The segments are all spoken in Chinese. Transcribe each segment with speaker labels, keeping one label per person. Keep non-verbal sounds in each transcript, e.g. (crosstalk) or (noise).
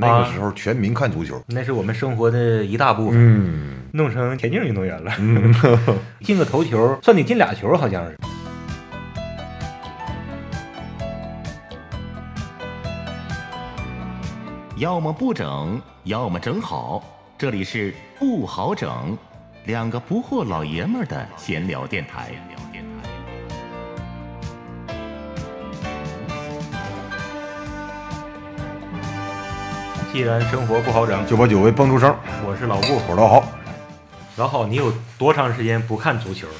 Speaker 1: 那
Speaker 2: 啊
Speaker 1: 个时候全民看足球，
Speaker 2: 那是我们生活的一大部分，
Speaker 1: 嗯，
Speaker 2: 弄成田径运动员了， (laughs) 进个头球，算你进俩球，好像是。
Speaker 3: 要么不整，要么整好。这里是不好整，两个不惑老爷们儿的闲聊电台。
Speaker 2: 既然生活不好整，
Speaker 1: 九八九为蹦出声，
Speaker 2: 我是老布。
Speaker 1: 我倒好。
Speaker 2: 老好，你有多长时间不看足球了？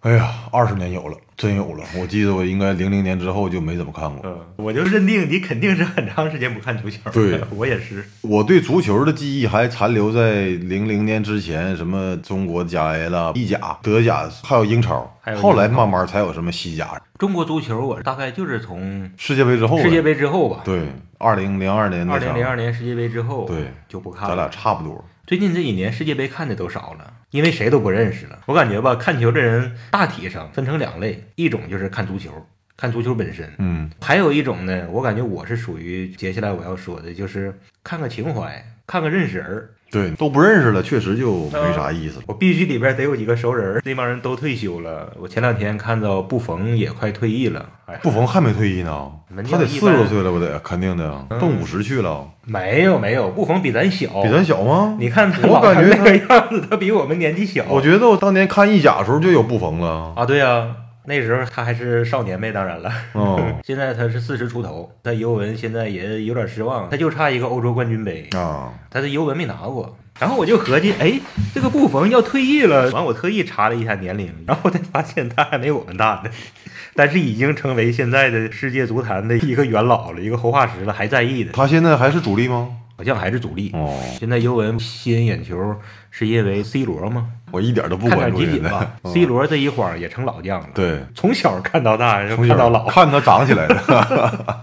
Speaker 1: 哎呀，二十年有了，真有了。我记得我应该零零年之后就没怎么看过。
Speaker 2: 嗯，我就认定你肯定是很长时间不看足球。
Speaker 1: 对
Speaker 2: (laughs) 我也是。
Speaker 1: 我对足球的记忆还残留在零零年之前，什么中国甲 A 啦、意甲、德甲，还有英超
Speaker 2: 还有。英超
Speaker 1: 后来慢慢才有什么西甲。
Speaker 2: 中国足球，我大概就是从
Speaker 1: 世界杯之后，
Speaker 2: 世界杯之后吧，
Speaker 1: 对，二零零二年那
Speaker 2: 二
Speaker 1: 场
Speaker 2: 零零二年世界杯之后，
Speaker 1: 对
Speaker 2: 就不看
Speaker 1: 咱俩
Speaker 2: 了。
Speaker 1: 差不多。
Speaker 2: 最近这几年世界杯看的都少了，因为谁都不认识了。我感觉吧，看球的人大体上分成两类，一种就是看足球，看足球本身；
Speaker 1: 嗯，
Speaker 2: 还有一种呢，我感觉我是属于接下来我要说的，就是看个情怀，看个认识人儿。
Speaker 1: 对，都不认识了，确实就没啥意思了。
Speaker 2: 我必须里边得有几个熟人儿，那 (laughs) 帮人都退休了。我前两天看到布冯也快退役了，哎呀，
Speaker 1: 布冯还没退役呢
Speaker 2: 门，
Speaker 1: 他
Speaker 2: 将
Speaker 1: 得
Speaker 2: 一
Speaker 1: 四
Speaker 2: 般嗯
Speaker 1: 十多岁了不得？肯定的，奔五十去了，
Speaker 2: 没有没有，布冯比咱小，
Speaker 1: 比咱小吗？
Speaker 2: 你看他
Speaker 1: 我
Speaker 2: 老
Speaker 1: 感
Speaker 2: 成
Speaker 1: 觉
Speaker 2: 那个样子，他比我们年纪小。
Speaker 1: 我觉得我当年看意甲的时候就有布冯了，
Speaker 2: 啊，对啊，那时候他还是少年呗，当然了。
Speaker 1: 嗯
Speaker 2: 现在他是四十出头，但尤文现在也有点失望，他就差一个欧洲冠军杯，
Speaker 1: 啊，
Speaker 2: 他的尤文没拿过。然后我就合计，哎，这个布冯要退役了。完，我特意查了一下年龄，然后我才发现他还没我们大呢， (laughs) 但是已经成为现在的世界足坛的一个元老了，一个活化石了，还在役的，
Speaker 1: 他现在还是主力吗？
Speaker 2: 好像还是主力。
Speaker 1: 哦，
Speaker 2: 现在尤文吸引眼球是因为 C 罗吗？
Speaker 1: 我一点都不
Speaker 2: 看
Speaker 1: 关
Speaker 2: 点
Speaker 1: 注
Speaker 2: 集锦
Speaker 1: 现
Speaker 2: 吧
Speaker 1: 在。
Speaker 2: C 罗这一晃儿也成老将了，，
Speaker 1: 对，
Speaker 2: 从小看到大，就
Speaker 1: 从
Speaker 2: 看
Speaker 1: 小
Speaker 2: 到老。
Speaker 1: 看他长起来的，
Speaker 2: (laughs)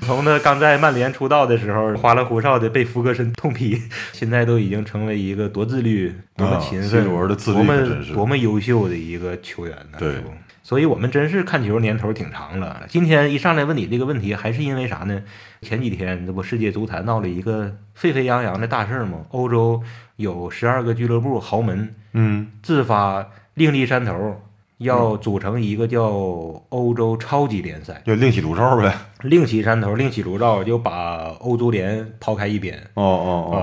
Speaker 2: 从他刚在曼联出道的时候，花里胡哨的被福格森痛批，现在都已经成为一个多自律、多么勤奋、
Speaker 1: C 嗯罗的自律
Speaker 2: 多
Speaker 1: 可
Speaker 2: 么
Speaker 1: 真是
Speaker 2: 多么优秀的一个球员呢、
Speaker 1: 对
Speaker 2: 是不所以我们真是看球年头挺长了。今天一上来问你这个问题，还是因为啥呢？前几天这不世界足坛闹了一个沸沸扬扬的大事儿吗？欧洲有十二个俱乐部豪门
Speaker 1: 嗯，
Speaker 2: 自发另立山头，要组成一个叫欧洲超级联赛。
Speaker 1: 就另起炉灶呗。
Speaker 2: 另起山头，另起炉灶，就把欧足联抛开一边
Speaker 1: 哦哦
Speaker 2: 啊、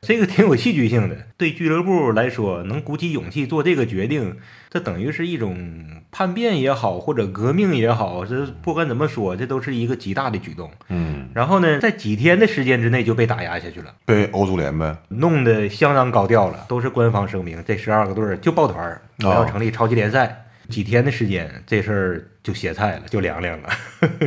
Speaker 2: 这个挺有戏剧性的。对俱乐部来说，能鼓起勇气做这个决定，这等于是一种叛变也好，或者革命也好，这不管怎么说，这都是一个极大的举动。
Speaker 1: 哦，嗯，
Speaker 2: 然后呢，在几天的时间之内就被打压下去了，
Speaker 1: 被欧足联呗，
Speaker 2: 弄得相当高调了，都是官方声明，这十二个队儿就抱团儿，我要
Speaker 1: 哦
Speaker 2: 成立超级联赛。几天的时间，这事儿就歇菜了，就凉凉了。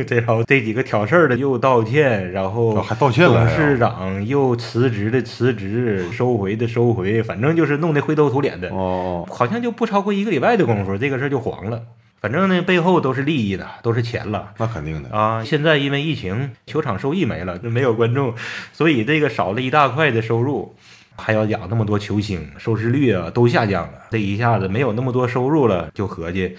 Speaker 2: (laughs) 这然后这几个挑事儿的又道歉，然后
Speaker 1: 哦还道歉了
Speaker 2: 董
Speaker 1: 还要
Speaker 2: 事长又辞职的辞职，收回的收回，反正就是弄得灰头土脸的。
Speaker 1: 哦
Speaker 2: 好像就不超过一个礼拜的功夫，这个事儿就黄了。反正呢，背后都是利益的，都是钱了。
Speaker 1: 那肯定的，
Speaker 2: 啊，现在因为疫情，球场收益没了，就没有观众， (laughs) 所以这个少了一大块的收入，还要养那么多球星，收视率啊都下降了，这一下子没有那么多收入了，就合计。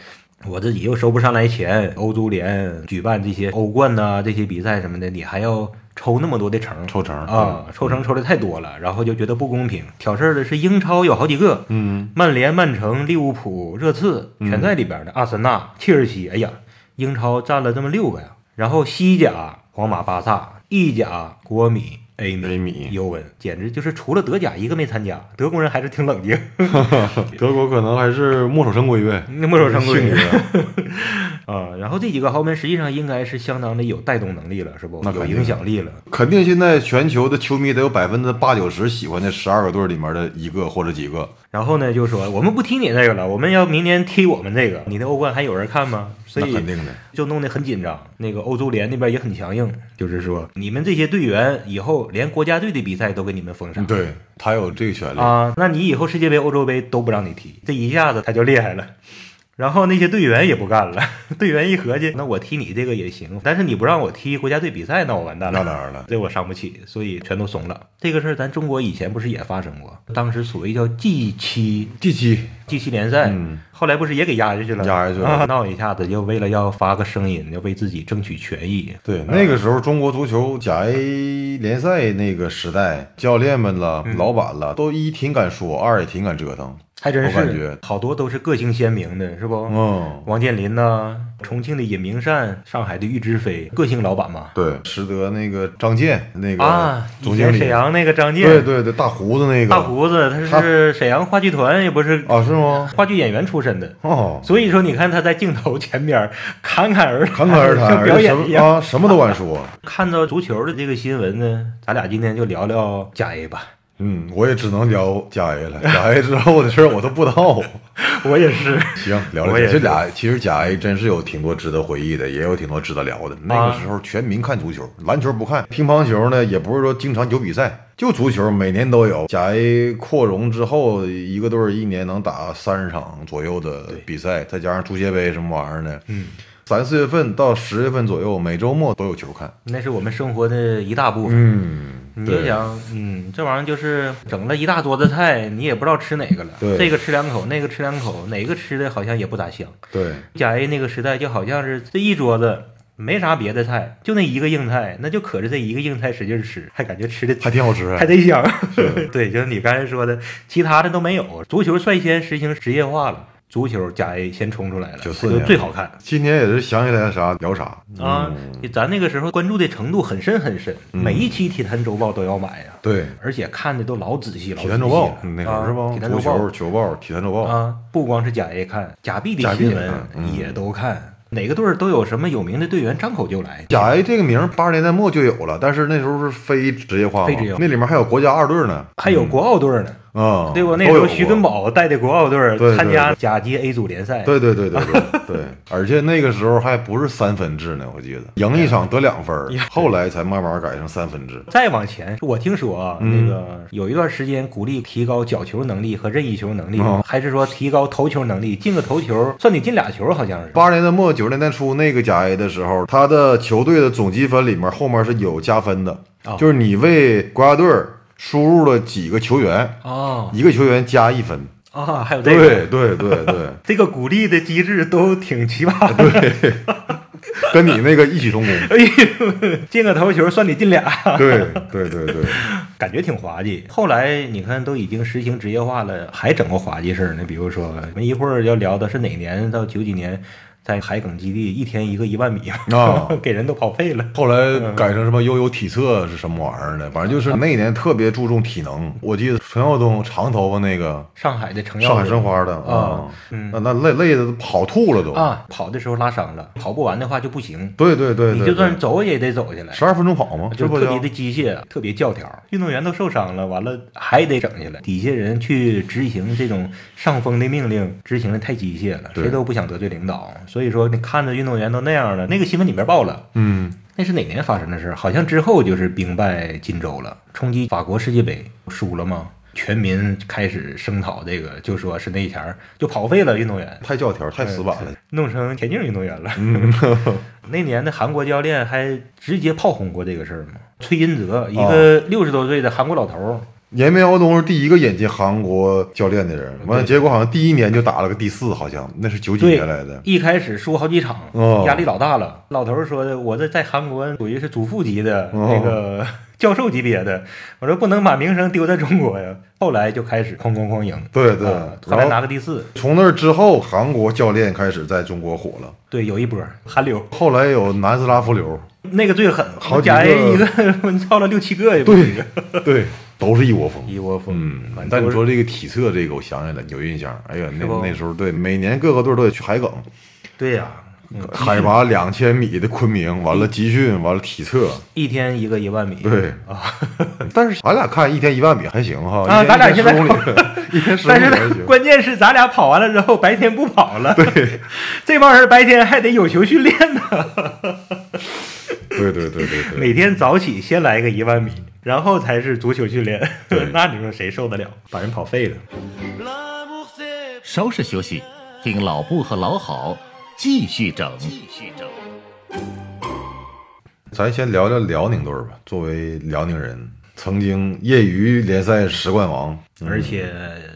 Speaker 2: 我自己又收不上来钱，欧足联举办这些欧冠呐、这些比赛什么的，你还要抽那么多的成，
Speaker 1: 抽成嗯
Speaker 2: 啊，抽成抽的太多了，然后就觉得不公平。挑事儿的是英超有好几个，
Speaker 1: 嗯，
Speaker 2: 曼联、曼城、利物浦、热刺全在里边的，阿森纳、切尔西，哎呀，英超占了这么六个呀。然后西甲，皇马、巴萨；意甲，国米、A 米、
Speaker 1: A 米
Speaker 2: 尤文，简直就是除了德甲一个没参加。德国人还是挺冷静，
Speaker 1: 德国可能还是墨守成规呗，
Speaker 2: 墨守成 (laughs) 规
Speaker 1: 性格
Speaker 2: 啊。然后这几个豪门实际上应该是相当的有带动能力了，是不？
Speaker 1: 那
Speaker 2: 有
Speaker 1: 肯定
Speaker 2: 影响力了。
Speaker 1: 肯定现在全球的球迷得有百分之八九十喜欢这十二个队里面的一个或者几个，
Speaker 2: 然后呢，就说我们不踢你那个了，我们要明年踢我们这个。你的欧冠还有人看吗？所
Speaker 1: 那
Speaker 2: 以
Speaker 1: 肯定啊的。
Speaker 2: 就弄得很紧张。那个欧足联那边也很强硬，就是说你们这些队员以后连国家队的比赛都给你们封杀。
Speaker 1: 嗯对他有这个权利。
Speaker 2: 啊啊，那你以后世界杯、欧洲杯都不让你踢，这一下子他就厉害了。 (laughs) 然后那些队员也不干了， (laughs) 队员一合计，那我踢你这个也行，但是你不让我踢国家队比赛，那我完蛋
Speaker 1: 那
Speaker 2: 了。
Speaker 1: 当然了，
Speaker 2: 这我伤不起，所以全都怂了。这个事儿咱中国以前不是也发生过？当时所谓叫 G 七
Speaker 1: 第七
Speaker 2: G 七联赛，
Speaker 1: 嗯
Speaker 2: 后来不是也给压下去了？
Speaker 1: 压下去了
Speaker 2: 啊闹一下子就为了要发个声音，要为自己争取权益。
Speaker 1: 对，那个时候中国足球甲 A 联赛那个时代，教练们了、
Speaker 2: 嗯
Speaker 1: 老板了，都一挺敢说，二也挺敢折腾。
Speaker 2: 还真是，
Speaker 1: 我感觉
Speaker 2: 好多都是个性鲜明的，是不？
Speaker 1: 嗯，
Speaker 2: 王健林呐、重庆的尹明善，上海的郁之飞，个性老板嘛。
Speaker 1: 对，实德那个张健那个
Speaker 2: 啊，以
Speaker 1: 总经
Speaker 2: 前
Speaker 1: 理，
Speaker 2: 沈阳那个张健，
Speaker 1: 对对对，大胡子那个
Speaker 2: 大胡子，他是沈阳话剧团，也不是
Speaker 1: 啊，是吗？
Speaker 2: 话剧演员出身的。 (laughs)
Speaker 1: 哦，
Speaker 2: 所以说，你看他在镜头前面侃侃而谈，
Speaker 1: 侃侃而
Speaker 2: 像
Speaker 1: 谈，
Speaker 2: (laughs) 表
Speaker 1: 什
Speaker 2: 演一
Speaker 1: 么
Speaker 2: 样。
Speaker 1: 啊，什么都敢说。
Speaker 2: 看到足球的这个新闻呢，咱俩今天就聊聊甲 A 吧。 (laughs)
Speaker 1: 嗯，我也只能聊甲 A 了，甲 A 之后的事儿我都不知道。
Speaker 2: 我也是，
Speaker 1: 行，聊
Speaker 2: 我
Speaker 1: 聊
Speaker 2: 也
Speaker 1: 这
Speaker 2: 是
Speaker 1: 俩，其实甲 A 真是有挺多值得回忆的，也有挺多值得聊的。那
Speaker 2: 啊
Speaker 1: 个时候全民看足球，篮球不看，乒乓球呢也不是说经常有比赛，就足球每年都有。甲 A 扩容之后，一个队儿一年能打三十场左右的比赛，再加上足协杯什么玩意儿的，
Speaker 2: 嗯，
Speaker 1: 三四月份到十月份左右，每周末都有球看。
Speaker 2: 那是我们生活的一大部分。
Speaker 1: 嗯，
Speaker 2: 你就
Speaker 1: 对。
Speaker 2: 想，嗯，这玩意儿就是整了一大桌子菜，你也不知道吃哪个了。
Speaker 1: 对
Speaker 2: 这个吃两口，那个吃两口，哪个吃的好像也不咋香。
Speaker 1: 对
Speaker 2: 甲 A 那个时代就好像是这一桌子没啥别的菜，就那一个硬菜，那就可着这一个硬菜使劲吃，还感觉吃的
Speaker 1: 还挺好吃，啊
Speaker 2: 还得香。 (laughs) 对，就是你刚才说的，其他的都没有。足球率先实行职业化了，足球甲 A 先冲出来了，
Speaker 1: 94
Speaker 2: 就
Speaker 1: 年
Speaker 2: 最好看
Speaker 1: 今天也是想起来啥聊啥
Speaker 2: 啊！
Speaker 1: 嗯
Speaker 2: 咱那个时候关注的程度很深很深，
Speaker 1: 嗯
Speaker 2: 每一期《体坛周报》都要买呀、
Speaker 1: 对，
Speaker 2: 而且看的都老仔细，老
Speaker 1: 体坛周报
Speaker 2: 仔细了
Speaker 1: 嗯那时候是
Speaker 2: 啊
Speaker 1: 吧？
Speaker 2: 体坛
Speaker 1: 足
Speaker 2: 周
Speaker 1: 球、
Speaker 2: 报
Speaker 1: 球报、体坛周报，
Speaker 2: 啊，不光是甲 A 看，甲 B 的
Speaker 1: 甲 B
Speaker 2: 新
Speaker 1: 也
Speaker 2: 闻
Speaker 1: 看嗯
Speaker 2: 也都看，哪个队儿都有什么有名的队员张口就来。
Speaker 1: 甲 A 这个名儿八十年代末就有了，但是那时候是非职业化嘛，
Speaker 2: 非职业化
Speaker 1: 那里面还有国家二队呢，
Speaker 2: 还有国奥队儿呢，
Speaker 1: 啊、嗯，
Speaker 2: 对不？
Speaker 1: 都
Speaker 2: 那时
Speaker 1: 有
Speaker 2: 候
Speaker 1: 过
Speaker 2: 徐根，宝带的国奥队儿
Speaker 1: 对对
Speaker 2: 参加
Speaker 1: 对
Speaker 2: 甲级 A 组联赛，
Speaker 1: 对对对对对对，而且那个时候还不是三分制呢，我记得赢一场得两分儿，
Speaker 2: 哎
Speaker 1: 后来才慢慢改成三分制。
Speaker 2: 再往前，我听说啊，
Speaker 1: 嗯
Speaker 2: 那个有一段时间鼓励提高角球能力和任意球能力，
Speaker 1: 哦
Speaker 2: 还是说提高投球能力，进个头球算你进俩球，好像是。
Speaker 1: 八十年代末九十年代初那个甲 A 的时候，他的球队的总积分里面后面是有加分的，
Speaker 2: 哦
Speaker 1: 就是你为国家队儿输入了几个球员，
Speaker 2: 哦
Speaker 1: 一个球员加一分。
Speaker 2: 啊，还有这个，
Speaker 1: 啊对对对对，
Speaker 2: 这个鼓励的机制都挺奇葩
Speaker 1: 啊
Speaker 2: 的。
Speaker 1: (laughs) 跟你那个异曲同工。 (laughs)
Speaker 2: (laughs) 哎呦，进个头球算你进俩， (laughs)
Speaker 1: 对对对对，
Speaker 2: 感觉挺滑稽。后来你看都已经实行职业化了，还整个滑稽事儿呢。比如说，我们一会儿要聊的是哪年到九几年，在海埂基地一天一个一万米， (laughs)
Speaker 1: 啊
Speaker 2: 给人都跑废了。
Speaker 1: 后来改成什么悠悠体测是什么玩意儿的，反正就是那年特别注重体能。我记得陈耀东长头发那个
Speaker 2: 上海的程耀
Speaker 1: 上海
Speaker 2: 宗
Speaker 1: 申花的
Speaker 2: 啊
Speaker 1: 那那累累的都跑吐了都。
Speaker 2: 啊，跑的时候拉伤了，跑不完的话就不行，
Speaker 1: 对对对
Speaker 2: 你
Speaker 1: 对
Speaker 2: 就
Speaker 1: 对
Speaker 2: 算，走也得走下来，
Speaker 1: 十二分钟跑嘛，
Speaker 2: 啊就
Speaker 1: 这不
Speaker 2: 特别
Speaker 1: 叫
Speaker 2: 的机械，特别教条。运动员都受伤了，完了还得整下来，底下人去执行这种上峰的命令，执行的太机械了，
Speaker 1: 对
Speaker 2: 谁都不想得罪领导，所以说你看着运动员都那样了，那个新闻里面报了。
Speaker 1: 嗯
Speaker 2: 那是哪年发生的事儿？好像之后就是兵败荆州了，冲击法国世界杯输了吗？全民开始声讨这个，就说是那前儿就跑废了运动员，
Speaker 1: 太教条太死板了。
Speaker 2: 哎
Speaker 1: 嗯
Speaker 2: 弄成田径运动员了。 (laughs) 那年的韩国教练还直接炮轰过这个事儿嘛？崔银泽，
Speaker 1: 哦
Speaker 2: 一个六十多岁的韩国老头儿，
Speaker 1: 延边耀东是第一个引进韩国教练的人，完了
Speaker 2: 对
Speaker 1: 结果好像第一年就打了个第四，好像那是九几
Speaker 2: 对
Speaker 1: 年来的。
Speaker 2: 一开始输好几场，
Speaker 1: 哦
Speaker 2: 压力老大了。老头儿说的，我这在韩国属于是祖父级的
Speaker 1: 哦
Speaker 2: 那个教授级别的，我说不能把名声丢在中国呀。后来就开始哐哐哐赢，
Speaker 1: 对对
Speaker 2: 啊，后来
Speaker 1: 然
Speaker 2: 拿
Speaker 1: 后
Speaker 2: 个第四，
Speaker 1: 从那儿之后，韩国教练开始在中国火了。
Speaker 2: 对，有一波韩流，
Speaker 1: 后来有南斯拉夫
Speaker 2: (laughs)
Speaker 1: 流，
Speaker 2: 那个最狠，
Speaker 1: 好几个
Speaker 2: 甲 A 一个 (laughs) 操了六七个也不止，
Speaker 1: 对，嗯都是一窝蜂。
Speaker 2: 一窝蜂。
Speaker 1: 嗯
Speaker 2: 反，
Speaker 1: 但
Speaker 2: 正
Speaker 1: 你
Speaker 2: 都是
Speaker 1: 说这个体测这个，我想起来有印象。哎呀，那
Speaker 2: 是不
Speaker 1: 那时候对，每年各个队都得去海埂，
Speaker 2: 对呀、嗯
Speaker 1: 海拔两千米的昆明，完了集训，完了体测。
Speaker 2: 一天一个一万米，
Speaker 1: 对
Speaker 2: 啊，
Speaker 1: 但是咱俩看一天一万米还行哈，
Speaker 2: 啊
Speaker 1: 一天
Speaker 2: 咱俩
Speaker 1: 一天
Speaker 2: 现在
Speaker 1: 十公
Speaker 2: (laughs)
Speaker 1: 里，一天十公
Speaker 2: 但
Speaker 1: 里
Speaker 2: 是
Speaker 1: 还
Speaker 2: 呢
Speaker 1: 行。
Speaker 2: 关键是咱俩跑完了之后，白天不跑了，对， (laughs) 这帮人白天还得有球训练呢，
Speaker 1: 对对对对对，
Speaker 2: 每天早起先来个一万米，然后才是足球训练 (laughs)
Speaker 1: 对，
Speaker 2: 那你说谁受得了？把人跑废了。
Speaker 3: 稍事休息，听老布和老郝继续整。继续整。
Speaker 1: 咱先聊聊辽宁队儿吧。作为辽宁人，曾经业余联赛十冠王，嗯
Speaker 2: 而且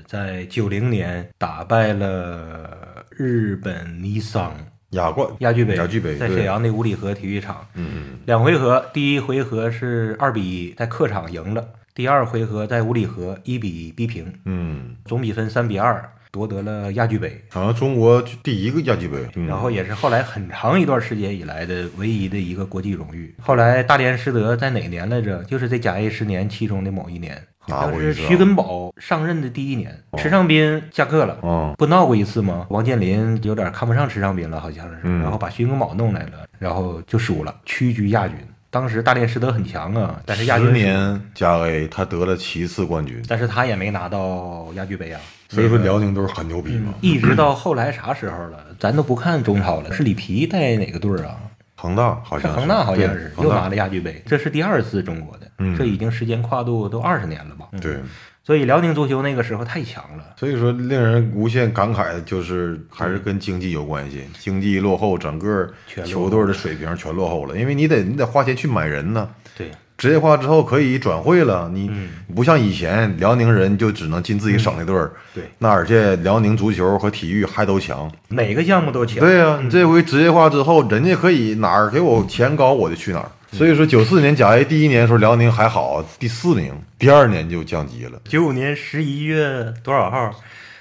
Speaker 2: 在九零年打败了日本尼桑
Speaker 1: 亚冠、
Speaker 2: 亚俱杯，
Speaker 1: 亚俱杯
Speaker 2: 在
Speaker 1: 对
Speaker 2: 沈阳的五里河体育场，
Speaker 1: 嗯，
Speaker 2: 两回合，第一回合是二比一在客场赢了，第二回合在五里河一比一逼平，
Speaker 1: 嗯，
Speaker 2: 总比分三比二夺得了亚俱杯。
Speaker 1: 好像中国第一个亚俱杯，嗯
Speaker 2: 然后也是后来很长一段时间以来的唯一的一个国际荣誉。后来大连实德在哪年来着？就是在甲 A 十年其中的某一年，
Speaker 1: 拿
Speaker 2: 好像
Speaker 1: 过
Speaker 2: 是
Speaker 1: 一次啊
Speaker 2: 徐根宝上任的第一年，池尚斌下课了。
Speaker 1: 嗯，
Speaker 2: 不闹过一次吗？王健林有点看不上池尚斌了，好像是，
Speaker 1: 嗯
Speaker 2: 然后把徐根宝弄来了，然后就输了，屈居亚军。当时大连实德很强啊，但是亚
Speaker 1: 十
Speaker 2: 军，
Speaker 1: 年加 A，他得了七次冠军，
Speaker 2: 但是他也没拿到亚俱杯啊。
Speaker 1: 所以说辽宁队儿很牛逼嘛。
Speaker 2: 一直到后来啥时候了，咱都不看中超了，是李皮带哪个队儿啊？
Speaker 1: 恒大好
Speaker 2: 是
Speaker 1: 像
Speaker 2: 恒大好像是
Speaker 1: 对恒
Speaker 2: 又拿
Speaker 1: 大
Speaker 2: 了亚俱杯，这是第二次中国的，
Speaker 1: 嗯
Speaker 2: 这已经时间跨度都二十年了吧？嗯，
Speaker 1: 对，
Speaker 2: 所以辽宁足球那个时候太强了。
Speaker 1: 所以说令人无限感慨的就是还是跟经济有关
Speaker 2: 嗯
Speaker 1: 系，经济落后，整个
Speaker 2: 全落后
Speaker 1: 球队的水平全落后了，因为你得你得花钱去买人呢。
Speaker 2: 对，
Speaker 1: 职业化之后可以转会了，你
Speaker 2: 嗯
Speaker 1: 不像以前辽宁人就只能进自己省的队儿、
Speaker 2: 对，
Speaker 1: 那而且辽宁足球和体育还都强。
Speaker 2: 哪个项目都强。
Speaker 1: 对呀、你这回职业化之后，人家可以哪儿给我钱高我就去哪儿。
Speaker 2: 嗯
Speaker 1: 所以说九四年甲 A 第一年的时候辽宁还好，第四名，第二年就降级了。
Speaker 2: 九五年十一月多少号，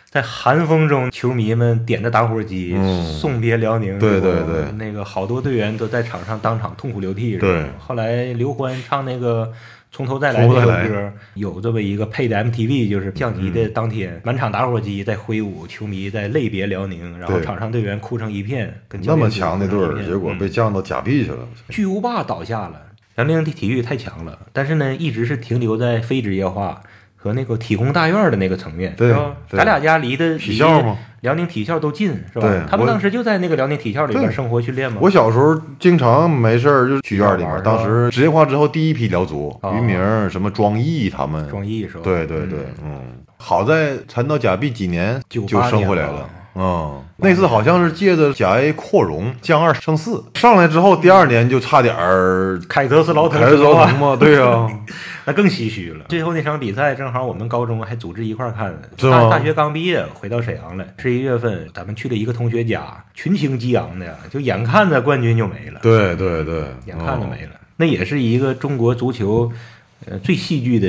Speaker 2: 在寒风中，球迷们点着打火机、
Speaker 1: 嗯
Speaker 2: 送别辽宁。
Speaker 1: 对
Speaker 2: 是不
Speaker 1: 对对
Speaker 2: 那个好多队员都在场上当场痛哭流涕。是吧
Speaker 1: 对
Speaker 2: 后来刘欢唱那个。从头再来
Speaker 1: 从
Speaker 2: 这
Speaker 1: 头
Speaker 2: 首
Speaker 1: 再来嗯
Speaker 2: 歌有这么一个配的 MTV，就是降级的当天，满场打火机在挥舞，球迷在泪别辽宁，然后
Speaker 1: 对
Speaker 2: 场上队员哭成一片，跟教
Speaker 1: 那
Speaker 2: 练
Speaker 1: 么
Speaker 2: 哭
Speaker 1: 强的
Speaker 2: 成
Speaker 1: 队
Speaker 2: 一
Speaker 1: 儿，
Speaker 2: 片
Speaker 1: 结果
Speaker 2: 嗯
Speaker 1: 被降到甲 B 去了。
Speaker 2: 巨无霸倒下了，辽宁的体育太强了，但是呢，一直是停留在非职业化和那个体工大院的那个层面。
Speaker 1: 对
Speaker 2: 是吧
Speaker 1: 对
Speaker 2: 咱俩家离的
Speaker 1: 体校吗？
Speaker 2: 辽宁体校都近，是
Speaker 1: 对
Speaker 2: 吧？他们
Speaker 1: 我
Speaker 2: 当时就在那个辽宁体校里边
Speaker 1: 对
Speaker 2: 生活训练嘛。
Speaker 1: 我小时候经常没事儿就去院里
Speaker 2: 玩儿
Speaker 1: 面。
Speaker 2: 是吧
Speaker 1: 当时职业化之后，第一批辽足，
Speaker 2: 啊
Speaker 1: 于明儿、什么庄毅他们，
Speaker 2: 装艺是吧？
Speaker 1: 对对对，嗯，好在缠到甲 B 几年
Speaker 2: 98
Speaker 1: 就升回来
Speaker 2: 年了
Speaker 1: 了。嗯，那次好像是借着甲 A 扩容降二升四，上来之后第二年就差点儿
Speaker 2: 凯泽斯劳滕
Speaker 1: 凯尔
Speaker 2: 是
Speaker 1: 高
Speaker 2: 吧
Speaker 1: 腾嘛，对呀、 (laughs)
Speaker 2: 那更唏嘘了。最后那场比赛正好我们高中还组织一块儿看，
Speaker 1: 是吗
Speaker 2: 大大学刚毕业回到沈阳了，十一月份咱们去了一个同学家，群情激昂的呀，就眼看着冠军就没了。
Speaker 1: 对对对，
Speaker 2: 眼看着没
Speaker 1: 嗯
Speaker 2: 了。那也是一个中国足球呃最戏剧的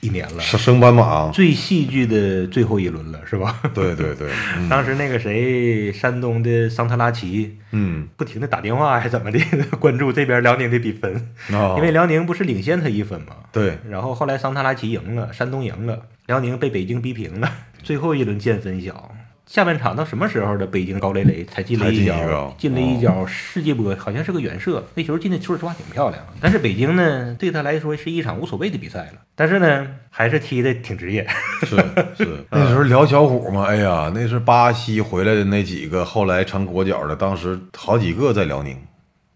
Speaker 2: 一年了，
Speaker 1: 升升嗯斑马，啊
Speaker 2: 最戏剧的最后一轮了，是吧？
Speaker 1: 对对对，嗯
Speaker 2: 当时那个谁，山东的桑特拉齐
Speaker 1: 嗯
Speaker 2: 不停的打电话还是怎么的，关注这边辽宁的比分，
Speaker 1: 啊，
Speaker 2: 因为辽宁不是领先他一分吗？
Speaker 1: 对
Speaker 2: 然后后来桑特拉齐赢了，山东赢了，辽宁被北京逼平了， (laughs) 最后一轮见分晓。下半场到什么时候的北京高磊磊才进了一
Speaker 1: 才进一个哦
Speaker 2: 脚，进了一脚世界波，好像是个远射，那球进的说实话挺漂亮，但是北京呢对他来说是一场无所谓的比赛了，但是呢还是踢的挺职业，
Speaker 1: 是是， (laughs) 嗯那时候辽小虎嘛，哎呀，那是巴西回来的那几个，后来成国脚的，当时好几个在辽宁，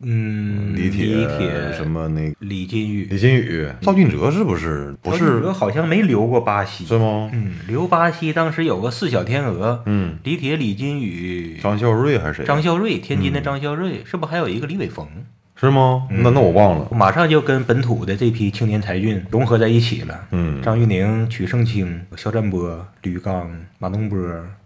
Speaker 2: 嗯，
Speaker 1: 李铁、
Speaker 2: 李铁
Speaker 1: 什么那个
Speaker 2: 李金羽，
Speaker 1: 李金羽、赵俊哲是不是？不
Speaker 2: 高俊
Speaker 1: 是
Speaker 2: 哲好像没留过巴西，
Speaker 1: 是吗？
Speaker 2: 嗯，留巴西当时有个四小天鹅，
Speaker 1: 嗯，
Speaker 2: 李铁、李金羽、
Speaker 1: 张孝瑞还是谁？
Speaker 2: 张孝瑞，天津的张孝瑞，是不是还有一个李伟峰？
Speaker 1: 是吗？
Speaker 2: 嗯
Speaker 1: 那那我忘了。
Speaker 2: 马上就跟本土的这批青年才俊融合在一起了。
Speaker 1: 嗯
Speaker 2: 张玉宁、曲胜清、肖战波、吕刚、马东波、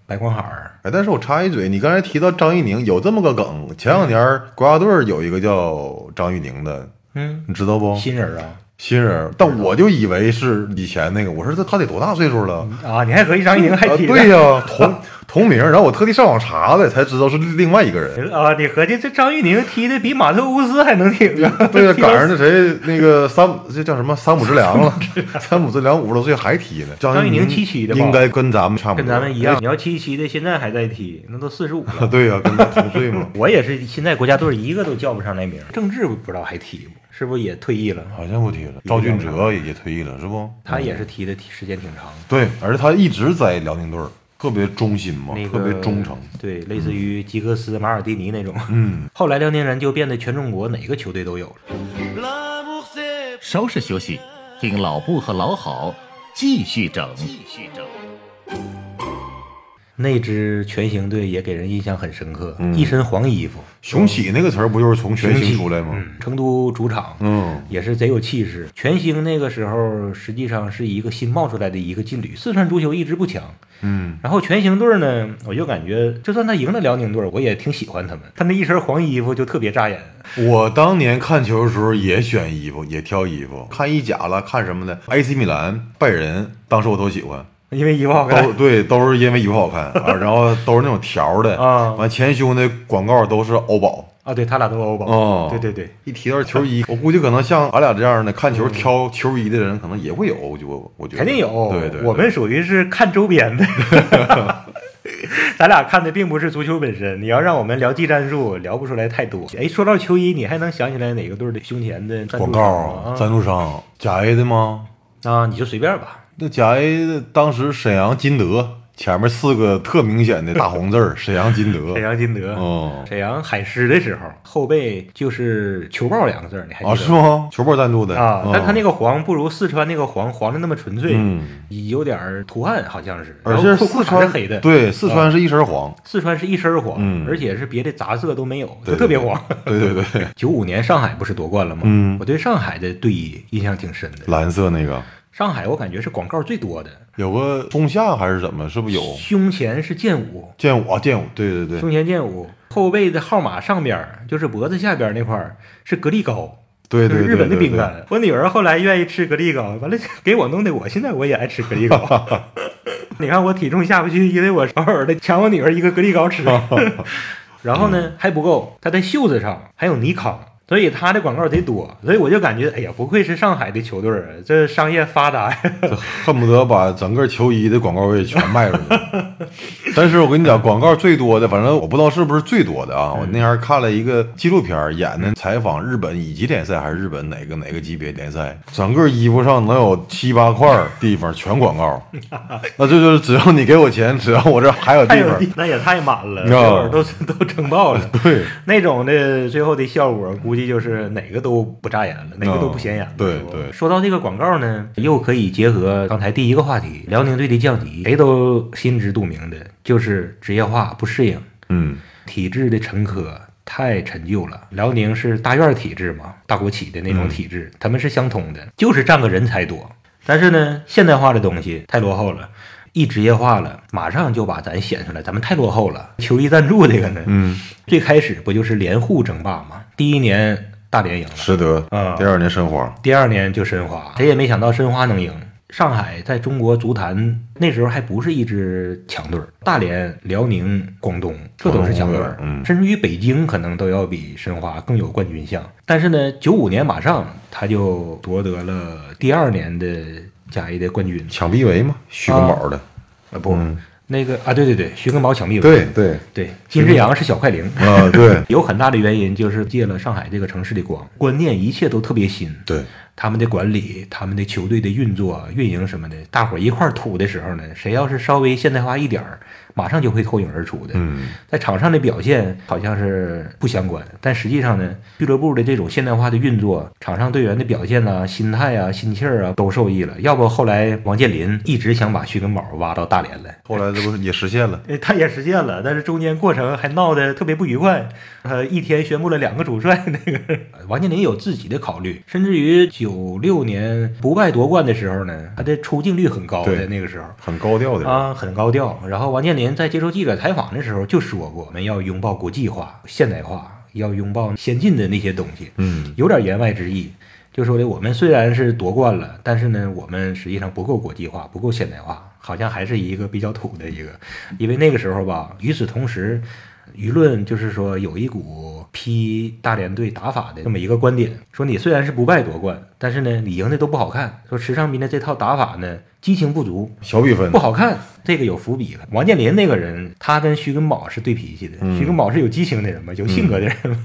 Speaker 2: 白光海儿，
Speaker 1: 哎，但是我插一嘴，你刚才提到张玉宁，有这么个梗，前两年国家队儿有一个叫张玉宁的，
Speaker 2: 嗯，
Speaker 1: 你知道不？
Speaker 2: 新人啊
Speaker 1: 新人儿，但我就以为是以前那个，我说这他得多大岁数了？
Speaker 2: 啊！你还合计张玉宁还
Speaker 1: 啊，
Speaker 2: 提 (laughs)
Speaker 1: 对呀、同同名儿，然后我特地上网查了，才知道是另外一个人。
Speaker 2: 啊，你合计这张玉宁踢的比马特乌斯还能 (laughs) 挺啊？
Speaker 1: (laughs) 对呀，
Speaker 2: 踢到
Speaker 1: 赶上那谁那个三姆这叫什么三姆之良了， (laughs) 三姆之良五十多岁还踢呢。
Speaker 2: 张玉
Speaker 1: 玉
Speaker 2: 宁
Speaker 1: 宁
Speaker 2: 七七的吧
Speaker 1: 应该跟咱们差不多，
Speaker 2: 跟咱们一样。你要七七的现在还在踢，那都四十五了 (laughs)。
Speaker 1: 哎。。对呀、跟咱同岁嘛 (laughs)
Speaker 2: 我也是，现在国家队一个都叫不上来名儿。郑智不知道还踢不？嗯是不是也退役了？
Speaker 1: 好像不踢了，赵俊哲也也退役了，是不？嗯
Speaker 2: 他也是踢的时间挺长的。
Speaker 1: 对，而且他一直在辽宁队儿，特别忠心嘛，
Speaker 2: 那个嗯
Speaker 1: 特别忠诚。，
Speaker 2: 对，类似于吉格斯、马尔蒂尼那种。
Speaker 1: 嗯，
Speaker 2: (laughs) 后来辽宁人就变得全中国哪个球队都有了。
Speaker 3: 稍事休息，听老布和老郝继续整。继续整。
Speaker 2: 那支全行队也给人印象很深刻，
Speaker 1: 嗯
Speaker 2: 一身黄衣服，
Speaker 1: 雄起那个词儿不就是从全
Speaker 2: 雄
Speaker 1: 兴
Speaker 2: 起
Speaker 1: 出来吗？
Speaker 2: 嗯成都主场，
Speaker 1: 嗯，
Speaker 2: 也是贼有气势。全兴那个时候实际上是一个新冒出来的一个劲旅，四川足球一直不强。
Speaker 1: 嗯，
Speaker 2: 然后全兴队呢，我就感觉就算他赢了辽宁队，我也挺喜欢他们。他那一身黄衣服就特别扎眼，
Speaker 1: 我当年看球的时候也选衣服，也挑衣服，看意甲了，看什么的，AC 米兰、拜仁，当时我都喜欢，
Speaker 2: 因为一个好看
Speaker 1: 都。对，都是因为衣服好
Speaker 2: (laughs)
Speaker 1: 看，啊、然后都是那种条的，
Speaker 2: 啊
Speaker 1: 完前胸的广告都是欧宝。
Speaker 2: 啊，对他俩都欧宝，
Speaker 1: 哦
Speaker 2: 对对对，
Speaker 1: 一提到球
Speaker 2: (laughs)
Speaker 1: 衣，我估计可能像俺俩这样的看球挑球衣的人，可能也会有，我觉我我觉得
Speaker 2: 嗯肯定有。
Speaker 1: 对对，
Speaker 2: 我们属于是看周
Speaker 1: (laughs)
Speaker 2: 边的。咱俩看的并不是足球本身，你要让我们聊技战术，聊不出来太多。哎，说到球衣，你还能想起来哪个队的胸前的
Speaker 1: 对
Speaker 2: 赞助
Speaker 1: 广
Speaker 2: 商
Speaker 1: 告
Speaker 2: 吗
Speaker 1: 啊赞助商甲 A 的吗？
Speaker 2: 啊？啊，你就随便吧。
Speaker 1: 那甲 A 的当时沈阳金德前面四个特明显的大红字
Speaker 2: (laughs)
Speaker 1: 儿，沈阳金德
Speaker 2: 沈，阳金德，
Speaker 1: 嗯
Speaker 2: 沈阳海狮的时候，后背就是“球豹”两个字儿，你还记得
Speaker 1: 啊是吗？球豹赞助的嗯
Speaker 2: 啊，但他那
Speaker 1: 个
Speaker 2: 个黄不如四川那个黄黄的那么纯粹，
Speaker 1: 嗯
Speaker 2: 有点儿图案，好像是。
Speaker 1: 而
Speaker 2: 然后
Speaker 1: 且
Speaker 2: 裤
Speaker 1: 四
Speaker 2: 裤衩
Speaker 1: 川
Speaker 2: 是黑的，啊
Speaker 1: 对四川是一身
Speaker 2: (laughs)
Speaker 1: 黄，
Speaker 2: 四川是一身黄，
Speaker 1: 嗯
Speaker 2: 而且是别的杂色都没有，
Speaker 1: 对
Speaker 2: 就特别黄。
Speaker 1: 对对对，
Speaker 2: 九五年上海不是夺冠了吗？
Speaker 1: 嗯
Speaker 2: 我对上海的队医印象挺深的。
Speaker 1: (laughs) 蓝色那个
Speaker 2: 上海我感觉是广告最多的，
Speaker 1: 有个中夏还是怎么？是不是有
Speaker 2: 胸前是剑舞，
Speaker 1: 剑舞啊？剑舞，对哦对对，
Speaker 2: 胸前剑舞，后背的号码上边儿就是脖子下边儿那块儿是格力高。
Speaker 1: 对对
Speaker 2: 就是
Speaker 1: 对，
Speaker 2: 日本的
Speaker 1: 对
Speaker 2: 饼。干。我女儿后来愿意吃格力糕，完了给我弄的，我现在我也爱吃格力糕。 (laughs) 你看我体重下不去，因为我偶尔的抢我女儿一个格力糕吃。 (laughs) 然后
Speaker 1: 嗯
Speaker 2: 呢还不够，她在袖子上还有尼康。所以她的广告贼多，所以我就感觉，哎呀，不愧是上海的球队儿啊，这商业发达呀！
Speaker 1: 恨不得把整个球衣的广告位全卖出去。但是我跟你讲，广告最多的，反正我不知道是不是最多的
Speaker 2: 嗯
Speaker 1: 啊。我那天看了一个纪录片，演的采访日本乙级联赛还是日本哪个哪个级别联赛，整个衣服上能有七八块地方全广
Speaker 2: (laughs)
Speaker 1: 告。那这就是只要你给我钱，只要我这还有
Speaker 2: (laughs) 太
Speaker 1: 地
Speaker 2: 有
Speaker 1: 方，啊
Speaker 2: 地，那也太满了，
Speaker 1: No
Speaker 2: 这会儿都都撑
Speaker 1: (laughs)
Speaker 2: 爆了。
Speaker 1: 对，
Speaker 2: 那种的最后的效果，估计就是哪个都不扎眼了，哪个都不显眼了。
Speaker 1: 嗯对
Speaker 2: 是吧
Speaker 1: 对
Speaker 2: 说到这个广告呢，又可以结合刚才第一个话题，辽宁队的降级，谁都心知肚明的，就是职业化不适应，
Speaker 1: 嗯，
Speaker 2: 体制的沉疴。太陈旧了，辽宁是大院体制嘛，大国企的那
Speaker 1: 嗯
Speaker 2: 种体制，他们是相通的，就是占个人才多。但是呢，现代化的东西太落后了，一职业化了，马上就把咱显出来，咱们太落后了。球衣赞助这个呢，
Speaker 1: 嗯，
Speaker 2: 最开始不就是连沪争霸吗？第一年大连赢了，
Speaker 1: 实得
Speaker 2: 啊。
Speaker 1: 第二年申花，
Speaker 2: 第二年就申花，谁也没想到申花能赢。上海在中国足坛那时候还不是一支强队儿，大连、辽宁、广东这都是强队儿
Speaker 1: 广，东队嗯
Speaker 2: 甚至于北京可能都要比申花更有冠军相。但是呢，九五年马上他就夺得了第二年的甲 A 的冠军，
Speaker 1: 抢臂围嘛，徐根宝的，
Speaker 2: 啊不，
Speaker 1: 嗯
Speaker 2: 那个啊对对对，徐根宝抢臂围，
Speaker 1: 对对，
Speaker 2: 对，金志扬是小快灵，
Speaker 1: 啊对
Speaker 2: 有很大的原因就是借了上海这个城市的光，观念一切都特别新。
Speaker 1: (laughs) 对，
Speaker 2: 他们的管理、他们的球队的运作、运营什么的，大伙儿一块儿吐的时候呢，谁要是稍微现代化一点儿，马上就会脱颖而出的。
Speaker 1: 嗯。
Speaker 2: 在场上的表现好像是不相关，但实际上呢，俱乐部的这种现代化的运作，场上队员的表现呐、心态啊、心气儿啊，都受益了。要不后来王健林一直想把徐根宝挖到大连来，
Speaker 1: 后来这不是也实现了？
Speaker 2: 呃，他也实现了，但是中间过程还闹得特别不愉快。呃，一天宣布了两个主帅，那个呃王健林有自己的考虑，甚至于九六年不败夺冠的时候呢，他的出镜率很高的
Speaker 1: 对
Speaker 2: 那个时候。
Speaker 1: 很高调的人，
Speaker 2: 啊，很高调。然后王健林在接受记者采访的时候就说过，我们要拥抱国际化、现代化，要拥抱先进的那些东西。
Speaker 1: 嗯，
Speaker 2: 有点言外之意，就说的我们虽然是夺冠了，但是呢，我们实际上不够国际化，不够现代化，好像还是一个比较土的一个。因为那个时候吧，与此同时，舆论就是说有一股批大连队打法的这么一个观点，说你虽然是不败夺冠，但是呢，你赢的都不好看。说池尚斌的这套打法呢，激情不足，
Speaker 1: 小比分
Speaker 2: 不好看，这个有伏笔。王健林那个人，他跟徐根宝是对脾气的。
Speaker 1: 嗯
Speaker 2: 徐根宝是有激情的人嘛，有性格的人嘛。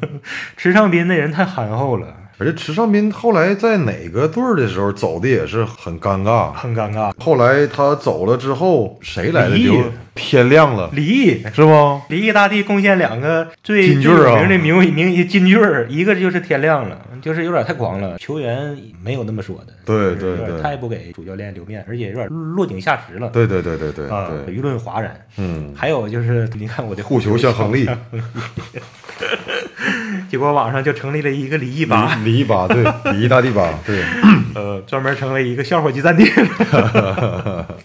Speaker 2: 池尚斌那人太憨厚了，
Speaker 1: 而且池尚斌后来在哪个队儿的时候走的也是很尴尬。
Speaker 2: 很尴尬。
Speaker 1: 后来他走了之后，谁来的
Speaker 2: 李
Speaker 1: 就
Speaker 2: 毅
Speaker 1: 天亮了，
Speaker 2: 李毅，
Speaker 1: 是吗？
Speaker 2: 离异大帝贡献两个最
Speaker 1: 金句
Speaker 2: 最
Speaker 1: 儿
Speaker 2: 有
Speaker 1: 啊
Speaker 2: 名的名名金句儿，一个就是天亮了，就是有点太狂了，球员没有那么说的，
Speaker 1: 对
Speaker 2: 就是有
Speaker 1: 对
Speaker 2: 点
Speaker 1: 对
Speaker 2: 太不给主教练留面，而且有点落井下石了，
Speaker 1: 对对对对对
Speaker 2: 啊，
Speaker 1: 对，
Speaker 2: 舆论哗然。
Speaker 1: 嗯，
Speaker 2: 还有就是，你看我的
Speaker 1: 护球像亨利，
Speaker 2: 结果网上就成立了一个李毅吧，
Speaker 1: 李一吧，对，李一大帝吧， (laughs) 对，
Speaker 2: 呃，专门成为一个笑话集散地。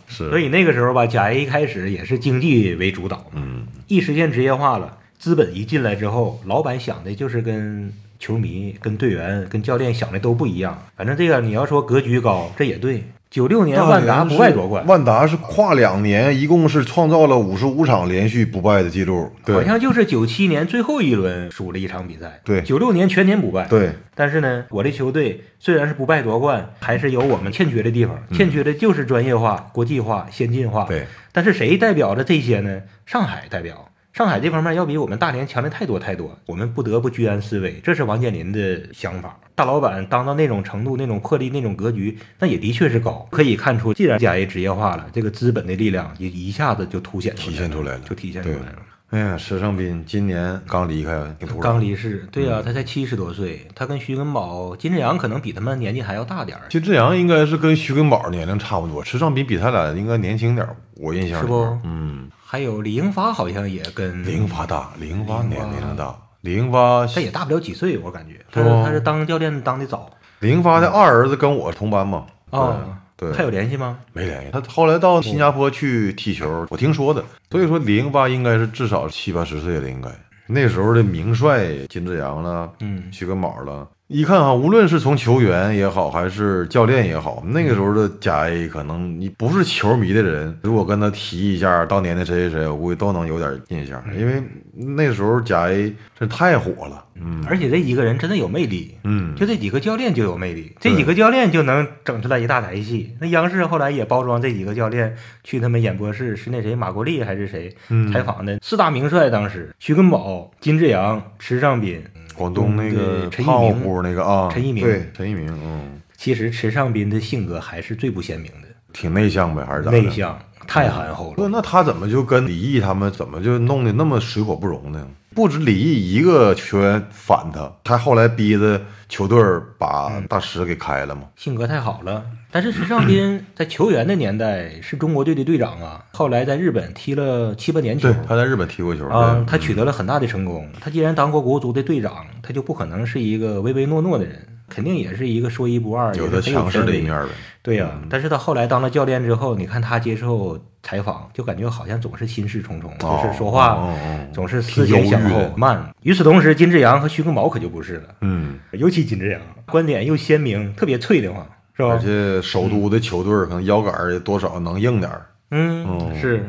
Speaker 1: 是，
Speaker 2: 所以那个时候吧，甲 A 一开始也是经济为主导，
Speaker 1: 嗯，
Speaker 2: 一实现职业化了，资本一进来之后，老板想的就是跟球迷、跟队员、跟教练想的都不一样。反正这个你要说格局高，这也对。九六年万达不败夺冠，
Speaker 1: 万达是跨两年，一共是创造了五十五场连续不败的记录，
Speaker 2: 好
Speaker 1: 对
Speaker 2: 像就是九七年最后一轮输了一场比赛。
Speaker 1: 对
Speaker 2: 九六年全年不败。。
Speaker 1: 对，
Speaker 2: 但是呢，我的球队虽然是不败夺冠，还是有我们欠缺的地方，
Speaker 1: 嗯
Speaker 2: 欠缺的就是专业化、国际化、先进化。
Speaker 1: 对，
Speaker 2: 但是谁代表着这些呢？上海代表。上海这方面要比我们大连强的太多太多，我们不得不居安思危，这是王健林的想法。大老板当到那种程度、那种魄力、那种格局，那也的确是高。可以看出，既然甲 A 职业化了，这个资本的力量也一下子就凸显出来
Speaker 1: 体现出来了
Speaker 2: 就体现出
Speaker 1: 对
Speaker 2: 来了。
Speaker 1: 哎呀，石尚斌今年刚离开，挺突然，
Speaker 2: 刚离世，对呀、他才七十多岁，他跟徐根宝、金志扬可能比他们年纪还要大点儿，
Speaker 1: 金志扬应该是跟徐根宝年龄差不多，池尚斌比他俩应该年轻点儿，我印象
Speaker 2: 是
Speaker 1: 里
Speaker 2: 不
Speaker 1: 边？嗯，
Speaker 2: 还有李英发好像也跟
Speaker 1: 零八大，零八年年龄大，零八
Speaker 2: 嗯他也大不了几岁，我感觉
Speaker 1: 是
Speaker 2: 他是
Speaker 1: 吗
Speaker 2: 他是当教练当的早
Speaker 1: 零八的二儿子跟我同班嘛，
Speaker 2: 啊，
Speaker 1: 对，对
Speaker 2: 还有联系吗？
Speaker 1: 没联系。他后来到新加坡去踢球，我听说的。所以说，零八应该是至少七八十岁了，应该那时候的名帅金志扬了，
Speaker 2: 嗯
Speaker 1: 徐根宝了。一看啊哈，无论是从球员也好，还是教练也好，那个时候的甲 A 可能你不是球迷的人，如果跟他提一下当年的谁谁谁，我估计都能有点印象，
Speaker 2: 嗯
Speaker 1: 因为那时候甲 A 真太火了。嗯
Speaker 2: 而且这一个人真的有魅力，
Speaker 1: 嗯，
Speaker 2: 就这几个教练就有魅力，这
Speaker 1: 对
Speaker 2: 几个教练就能整出来一大台戏。那央视后来也包装这几个教练去他们演播室，是那谁马国立还是谁
Speaker 1: 嗯
Speaker 2: 采访的四大名帅，当时徐根宝、金志扬、池尚斌。
Speaker 1: 广东那个
Speaker 2: 对陈一
Speaker 1: 胖
Speaker 2: 鸣
Speaker 1: 乎那个啊，
Speaker 2: 陈一鸣
Speaker 1: 对陈一鸣，嗯，
Speaker 2: 其实池尚斌的性格还是最不鲜明的，
Speaker 1: 挺内向呗，还是咋的？嗯
Speaker 2: 内向，太憨厚
Speaker 1: 那
Speaker 2: 了。
Speaker 1: 那他怎么就跟李毅他们怎么就弄得那么水火不容呢？不止李毅一个球员反他，他后来逼着球队儿把大师给开了嘛。
Speaker 2: 性格太好了。但是池尚斌在球员的年代是中国队的队长啊，后来在日本踢了七八年球
Speaker 1: 对，，他在日本踢过球
Speaker 2: 啊
Speaker 1: 对，
Speaker 2: 他取得了很大的成功。他既然当过国足的队长，他就不可能是一个唯唯诺诺的人，肯定也是一个说一不二，
Speaker 1: 有
Speaker 2: 的
Speaker 1: 他强势的一面。呗。嗯
Speaker 2: 对呀、但是他后来当了教练之后，你看他接受采访，就感觉好像总是心事重重，
Speaker 1: 哦
Speaker 2: 就是说话、
Speaker 1: 哦哦
Speaker 2: 总是思前想
Speaker 1: 挺忧郁
Speaker 2: 后
Speaker 1: 的
Speaker 2: 慢。与此同时，金志扬和徐根宝可就不是了，
Speaker 1: 嗯，
Speaker 2: 尤其金志扬，观点又鲜明，特别脆的慌，是吧
Speaker 1: 而？且首都的球队儿可能腰杆儿也多少能硬点儿。
Speaker 2: 嗯
Speaker 1: 嗯，
Speaker 2: 是。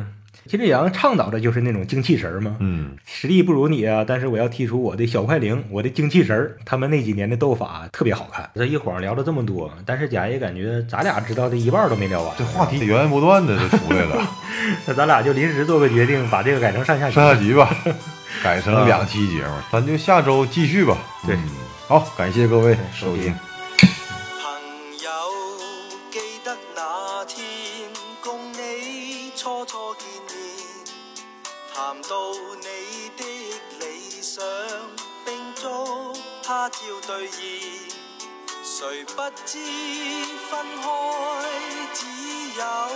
Speaker 2: 金志扬倡导的就是那种精气神儿嘛，
Speaker 1: 嗯，
Speaker 2: 实力不如你啊，但是我要剔除我的小快灵，我的精气神儿。他们那几年的斗法特别好看。这一晃聊了这么多，但是贾爷感觉咱俩知道的一半儿都没聊完
Speaker 1: 这，话题源源不断的就出来 (laughs) 了。
Speaker 2: 那咱俩就临时做个决定，把这个改成上下集。
Speaker 1: 上下集吧，改成两期节目，咱就下周继续吧。
Speaker 2: 对
Speaker 1: 嗯，好，感谢各位收听。
Speaker 4: 朋友，記得那天共你初初見面，談到你的理想，並祝他朝兑現。誰不知分開只有